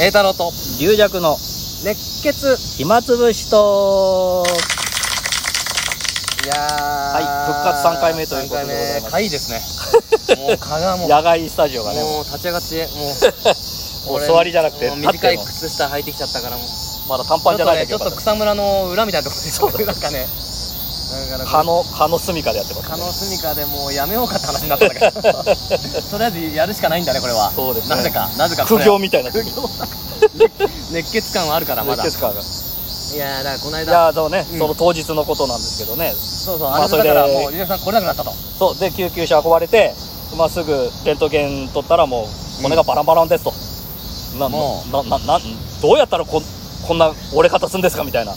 栄太郎と龍弱の熱血暇つぶしといやはい復活三回目ということでございます回です ねもう蚊がもう野外スタジオがねもう立ち上がってもうもう座りじゃなくて もう立って短いの靴下履いてきちゃったからもうちまだ短ょパっンじとゃなねいんちょだっけとど草むらの裏みたいなところでなんかねだから蚊の蚊の住みかでやってます蚊の住みかでもうやめようかって話になったん だけどとりあえずやるしかないんだねこれはそうですねなぜかなぜかこ苦れ 行みたいな苦熱行熱血感はあるからまだ血感がいやーだからこのい間やーでもねうんその当日のことなんですけどねそうそう、まああれそだれでからもう、リラさん来れなくなったと。そうで救急車運ばれてまあすぐレントゲン取ったらもう骨がバランバランですとなもなななどうやったらこんこんな折れ方するんですかみたいな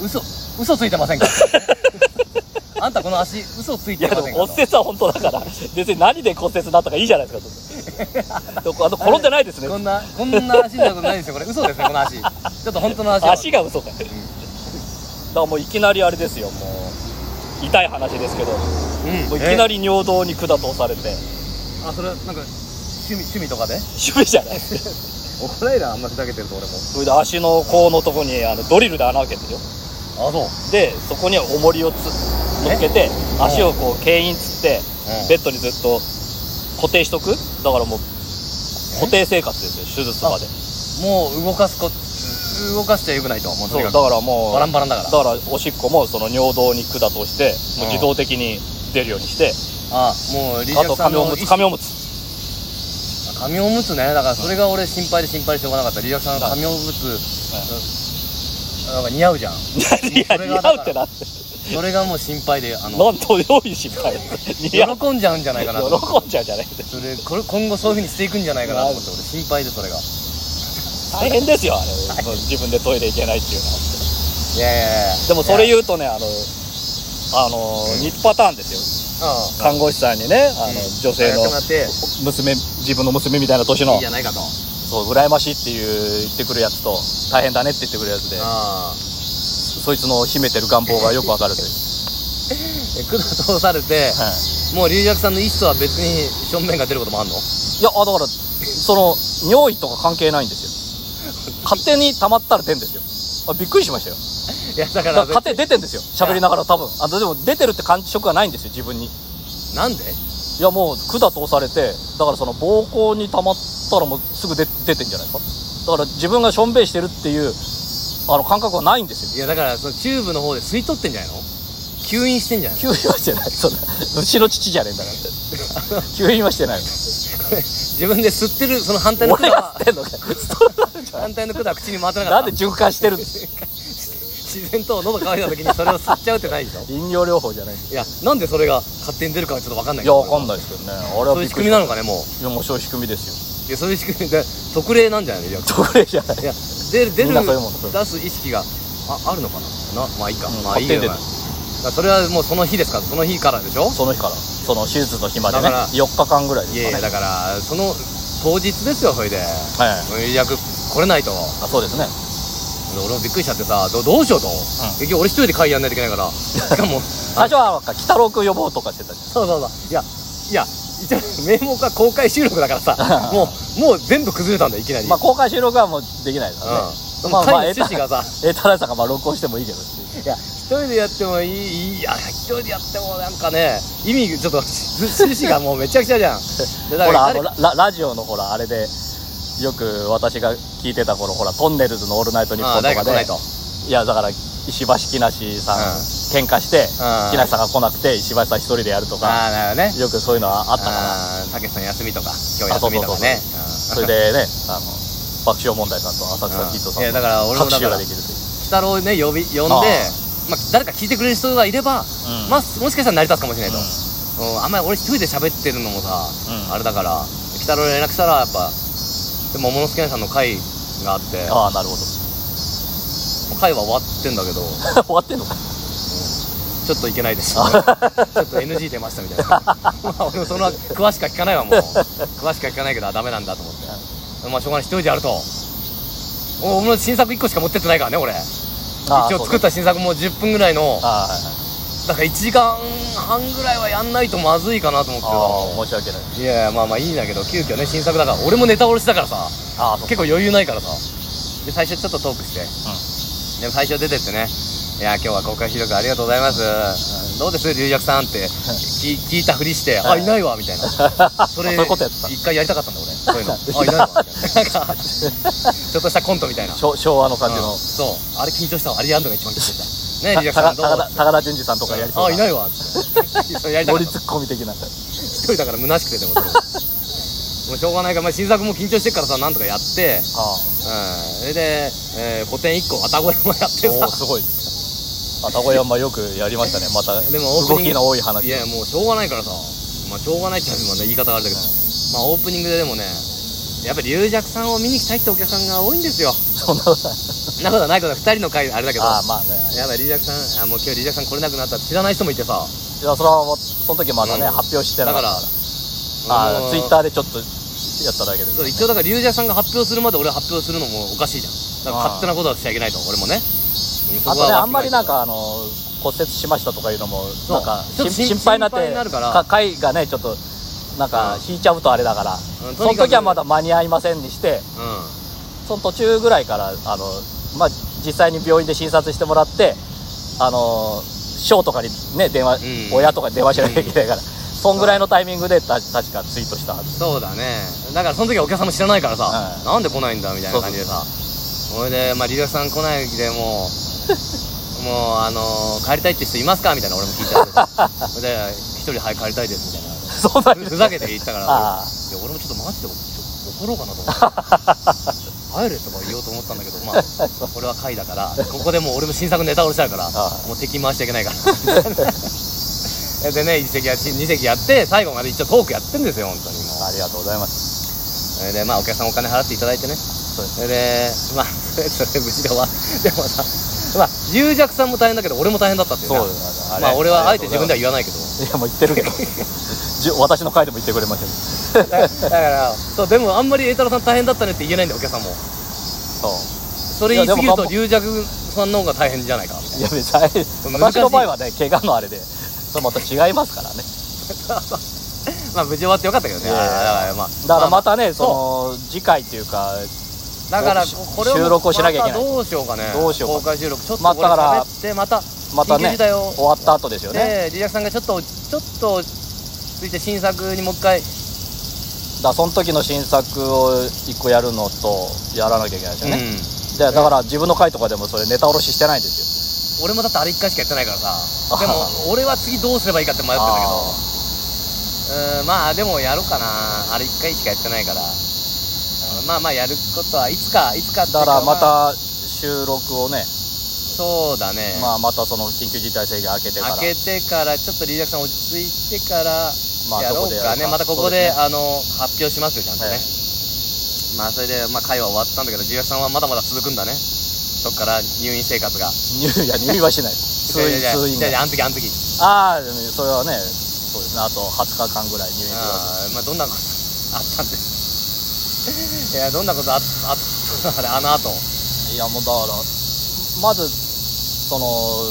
嘘、嘘ついてませんか あんたこの足、嘘ついいてやまでせんかも骨折は本当だから別に何で骨折になったかいいじゃないですか それであと転んでないですこんねな、こんな足になることないですよ、これ。嘘ですね、この足。ちょっと本当の足を。足が嘘かよだからもういきなりあれですよもう痛い話ですけどもうん。ういきなり。り尿道に管通されてあ、それ、なんか、趣味、趣味とかで趣味じゃない怒られるあんまふざけてると俺も。それで足の甲のとこにあのドリルで穴開けてるよあ、そう。でそこに重りをつ乗っけて足をこう牽引つってうんベッドにずっと固定しとくだからもう固定生活ですよ手術とかでもう動かすこ、動かしてはよくないと。もうとそうにだかくからもうバランバランだから。だからおしっこもその尿道に管通してもう自動的に出るようにして、あ、もう、リジあャとクさん紙おのむ意つ思。紙おむつ紙おむつねだからそれが俺心配で心配でしょうがなかったリラさんはい紙おむつ、うんなんか似合うじゃんいそやれ 似がだから合うってなってそれがもう心配であのなんと用意し ない似合う喜んじゃうんじゃないかなと喜んじゃうじゃないそれこれ今後そういうふうにしていくんじゃないかなと思って俺心配でそれが大変ですよあれ、もう自分でトイレ行けないっていうのはいやいやいやでもそれう言うとねあのあの、2パターンですよう看護師さんにねあの、ん女性の仲良くなって娘自分の娘みたいな年いいのじゃないかとそう羨ましいっていう言ってくるやつと大変だねって言ってくるやつでああそいつの秘めてる願望がよくわか るという、え管通されてはいもう龍尺さんの意思とは別に正面が出ることもあんのいや、あだから、その、尿意とか関係ないんですよ。勝手に溜まったら出んですよ。あびっくりしましたよ。いやだかだからら勝手に出てんですよ。喋りながら多分。あ、でも出てるって感触がないんですよ、自分に。いなんでや、もう、管通されて、だからその、膀胱に溜まったらもうすぐ出出てんじゃないですか。だから自分がしょんべんしてるっていう、あの、感覚はないんですよ。いやだからそのチューブの方で吸い取ってんじゃないの吸引してんじゃないの吸引はしてない。そんな、牛の乳じゃねえんだから。吸引はしてない。自分で吸ってるその反対の管俺がは吸ってんのか。ストーブなんじゃない反対の管は口に回ってなかなっんたで循環してるんです自然と喉乾いた時にそれを吸っちゃうってないでしょ飲料療法じゃないんですいやなんでそれが勝手に出るかはちょっと分かんないいや、わかんいないですけどね。あれはそういびうっ仕く組りみなのかねもういや、もうそういう仕組みですいやそういう仕組みで特例なんじゃないのいやよ。特例じゃない。いや出る出るみんなそういうもんそう出す意識がああるのかななまあいいか、うんまあいいよ勝手に出だかるらそれはもうその日ですからその日からでしょその日から。その手術の日までね。だから4日間ぐらいですいやいやかね。だからその当日ですよそれではいはい。予約来れないとあ、そうですね。俺もびっくりしちゃってさどどうしようと、結局俺一人で会やんないといけない からしかも最初は、なんか鬼太郎くん呼ぼうとかしてたじそうそうそういやいや一応名目は公開収録だからさもうもう全部崩れたんだよいきなゃり、ん。まあ、公開収録はもうできないですからね。うん、ままああ、まあ会の趣旨がさえー、たださんがまあ録音してもいいけどっていういや一人でやってもいいいいや一人でやってもなんかね意味ちょっと趣旨がもうめちゃくちゃじゃんで だほ、からあらの、ラララジオのほら、あれで、よく私が聞いてた頃、ほら、トンネルズのオールナイトニッポあンと誰かか来ないでと、、いや、だから、石橋木梨さん、喧嘩して、うん木梨さんが来なくて、石橋さん一人でやるとか、ああなるほどねよくそういうのはあったから。ああたけしさん休みとか今日休みとかねそれでね、あの、爆笑問題さんと浅草キッドうさんいやんとだから俺も拍だ手からができるという。鬼太郎をね呼び呼んでああまあ、誰か聞いてくれる人がいれば、うんまあ、もしかしたら成り立つかもしれないと、ううんあんまり俺一人で喋ってるのもさ、うんあれだから鬼太郎に連絡したらやっぱで桃之助姉さんの会があってんああ、なるほど。 会は終わってんだけど終わってんのかちょっといけないですちょっと NG 出ましたみたいな まあ俺もその詳しくは聞かないわもう詳しくは聞かないけどあダメなんだと思ってまあしょうがない一人でやるとお俺も新作1個しか持ってってないからね俺ああ一応作った新作も10分ぐらいのそうだああ、はいはいだから1時間半ぐらいはやんないとまずいかなと思ってああさ申し訳ないいやいやまあまあいいんだけど急遽ね新作だから俺もネタ下ろしだからさああそう結構余裕ないからさで最初ちょっとトークしてでも最初出てってね「いや今日は公開収録ありがとうございますうんどうです龍尺さん」っ て聞聞いたふりして「あはいいないわ」みたい なそれそういうことやってた一回やりたかったんだ俺そういうの「 なんであいないわ」みたい ななんかちょっとしたコントみたいな昭昭和の感じうのん、そうあれ緊張したわあれやるのが一番緊張したねた龍尺さんど高う高田高田純次さんとかやりそうあいないい わってそれやりたか盛ったりツッコミ的 な一人 だから虚しくてでもそれももうしょうがないから、まあ、新作も緊張してっからさなんとかや ってああうんそれで、えー、古典1個愛宕山やっておおさすごいあたこやまよくやりましたねま たでもオープ動ニングきの多い話いやもうしょうがないからさまあしょうがないって言うのもね言い方があれだけど、まあオープニングででもねやっぱり龍尺さんを見に来たいってお客さんが多いんですよそんなことないそんなことはないことは2人の回あれだけどああまあねやばい龍尺さんあもう今日龍尺さん来れなくなったって知らない人もいてさいやそれはもうその時まだね、うん発表してだなかかららあもあうツイッターでちょっとやっただけでそう一応だから龍尺さんが発表するまで俺は発表するのもおかしいじゃんだからああ勝手なことはしちゃいけないと俺もね、うんそあことはねわあきんまりなんいかあの骨折しましたとかいうのもそうなんかちょっと心心心配になって心配になるから会がねちょっとなんかうん引いちゃうとあれだから、うんとそにのかく時はまだ間に合いませんにしてとうんその途中ぐらいからあの、まあ、実際に病院で診察してもらってあのショーとかにね電話、うん親とかに電話しなきゃいけないから、そんぐらいのタイミングでた確かツイートしたは ずそうだねだからその時はお客さんも知らないからさ、はいなんで来ないんだみたいな感じでさそれで、まあ、リラさん来ないで もうもうあのー帰りたいって人いますかみたいな俺も聞いちゃって さそれで一人はい帰りたいですみたいなそうなんでふすざけて言ったからああいや俺もちょっとマジでちょっと怒ろうかなと思って 帰れとか言おうと思ったんだけどまあ俺は回だからここでもう俺も新作ネタ下ろしちゃうからああもう敵回しちゃいけないから でね一席やし二席やって最後まで一応トークやってんですよ本当にもうありがとうございますそれでまあお客さんお金払っていただいてねそうですそれでまあ それそれ無事で終わでもさまあ龍尺さんも大変だけど俺も大変だったっていうねそうですまあ俺はあえて自分でだは言わないけどいやもう言っ てるけどじ私の回でも言ってくれましたけだだからそうでもあんまり栄太郎さん大変だったねって言えないんだよお客さんもどそそれ言い過ぎると龍尺さんの方が大変じゃないかみたういいや別にあれ難し私いの場合はね怪我のあれでそれまた違いますからねなまあ無事終わってよかったけどねいやいやいああだからやまあだからまあたね、そうその次回っていうかだから収これを収録をしなきゃいけまないたどうしようかねどうしようか公開収録ちょっとまあこれだから喋ってまたまた緊急ね事態を終わった後ですよねで、リラクさんがちょっと、ちょっと、ついて新作にもう一回、だからその時の新作を一個やるのとやらなきゃいけないですよね、うんでだから自分の回とかでもそれネタ卸ししてないんですよ俺もだってあれ一回しかやってないからさ、あでも、俺は次どうすればいいかって迷ってんだけど、うーん、まあ、でもやろうかな、あれ一回しかやってないから、うんまあまあ、やることはいつか、いつかっていうだからまあた収録をね、そうだね、まあ、またその緊急事態宣言明けてから開けてから、ちょっとリラクさん落ち着いてから、まやあろどこうでかやるね、かまたここそうで、ですねあの、発表しますよ、ちゃんとね。はいまあ、それで、まあ、会は終わったんだけど、リラクさんはまだまだ続くんだね。そっから入院生活が。入院いや入院はしないですいや通いやい院やい通院やいやあの時あの時がああでもそれはねそうですねあと20日間ぐらい入院するわあーまあどんなことあったんです いやどんなことああったあれあの後けいやもうだからまずその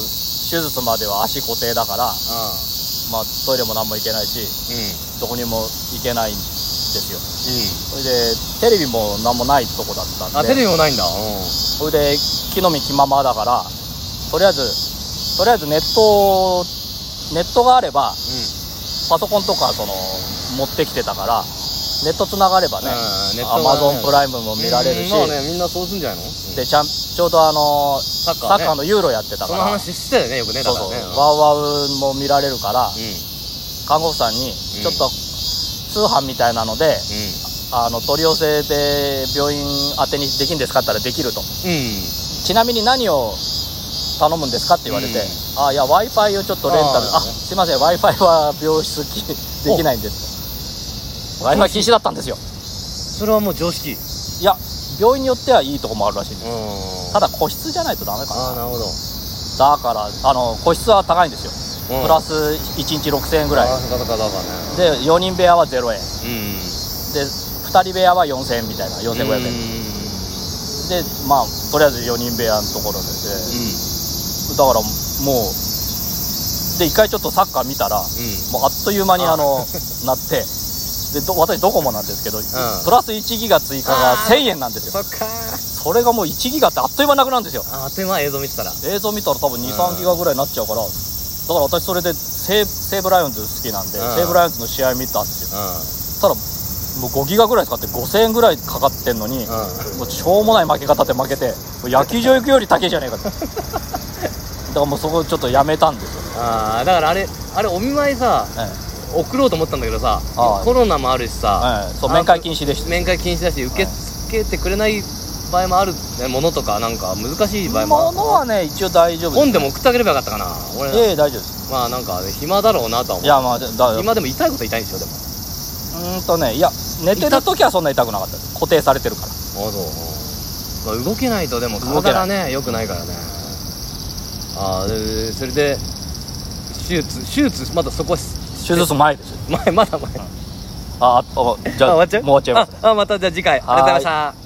手術までは足固定だから、うまあ、トイレも何も行けないしんうんどこにも行けないんですようそれでテレビも何もないとこだったんでんあテレビもないんだうんそれで木の幹ままだからとりあえずとりあえずネットをネットがあればうパソコンとかその持ってきてたからネットつながればねうんネットアマゾンプライムも見られるし、うんまあねみんなそうすんじゃないのでちゃんちょうどあのサッカーサねッカーのユーロやってたそのから話してたよねよくねだそうからそうねワウワウも見られるからうんうん看護婦さんにちょっと通販みたいなのであの取り寄せで病院宛てにできんですかって言ったらできるとうんちなみに何を頼むんですかって言われて、うんあいや w i f i をちょっとレンタルああーすいません w i f i は病室きできないんですお w i f i 禁止だったんですよそれはもう常識うんいや病院によってはいいとこもあるらしいんですただだ個室じゃないとダメかああなるほどなだからあの個室は高いんですよ、プラスス1日6000円ぐぐあらあいそうかそうかそうかねで4人部屋は0うん円で2人部屋は4000円みたいな4500円でまあとりあえず4人部屋のところでうんでだからもうでで一回ちょっとサッカー見たらうもんうあっという間にああのなってでど私ドコモなんですけど、プラス1ギガ追加あがー1000円なんですそよっかーそれがもう1ギガってあっという間なくなるんですよあ当てま映像見てたら映像見たら多分23ギガぐらいになっちゃうからだから私それで西西武ライオンズ好きなんで、うん西武ライオンズの試合見たんですようたらもう5ギガぐらい使って5000円ぐらいかかってんのに、んうんもうしょうもない負け方で負けてもう野球場行くより高いじゃない かってだからもうそこちょっとやめたんですよ、 ああだからあれあれお見舞いさええ送ろうと思ったんだけどさあーコロナもあるしさ、ええそう面会禁止でした面会禁止だし受け付けてくれない場合もあるねものとかなんか難しい場合もある物はね一応大丈夫本ででも送ってあげればよかったかな俺すええ大丈夫ですまあなんか暇だろうなとはい思やまあだだう今でも痛いこと痛いんでしょでもうーんとねいや寝てる時はそんな痛くなかったです固定されてるからあそう、まあ、動けないとでも体がね良くないからねああでそれで手術手術まだそこし手術前ですよ前まだ前ああじゃああもう終わっちゃいますああまたじゃあ次回ありがとうございました